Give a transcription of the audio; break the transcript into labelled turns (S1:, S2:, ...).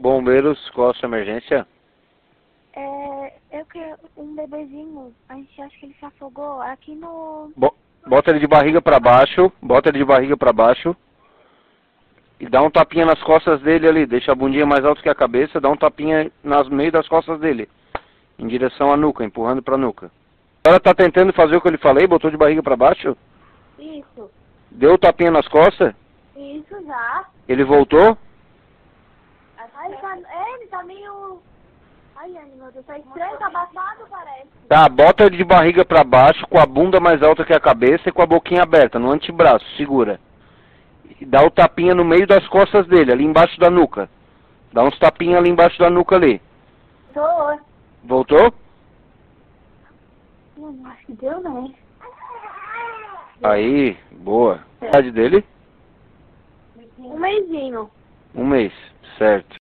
S1: Bombeiros, qual a sua emergência?
S2: É, eu quero um bebezinho. A gente acha que ele se afogou aqui no.
S1: Bo- bota ele de barriga pra baixo, bota ele de barriga pra baixo. E dá um tapinha nas costas dele ali, deixa a bundinha mais alta que a cabeça, dá um tapinha nas meio das costas dele, em direção à nuca, empurrando pra nuca. A senhora tá tentando fazer o que eu lhe falei, botou de barriga pra baixo,
S2: Isso.
S1: deu o tapinha nas costas,
S2: Isso já.
S1: ele voltou,
S2: Ai, ele tá, é, ele tá meio. Ai, Anny, meu Deus, tá estranho, tá abafado, parece.
S1: tá, bota ele de barriga pra baixo, com a bunda mais alta que a cabeça e com a boquinha aberta, no antebraço, segura. E dá o tapinha no meio das costas dele, ali embaixo da nuca. Dá uns tapinha ali embaixo da nuca ali.
S2: Tô.
S1: Voltou?
S2: Eu não acho que deu, né?
S1: é. Aí, boa. Idade dele?
S2: Um mêsinho.
S1: Um mês, certo.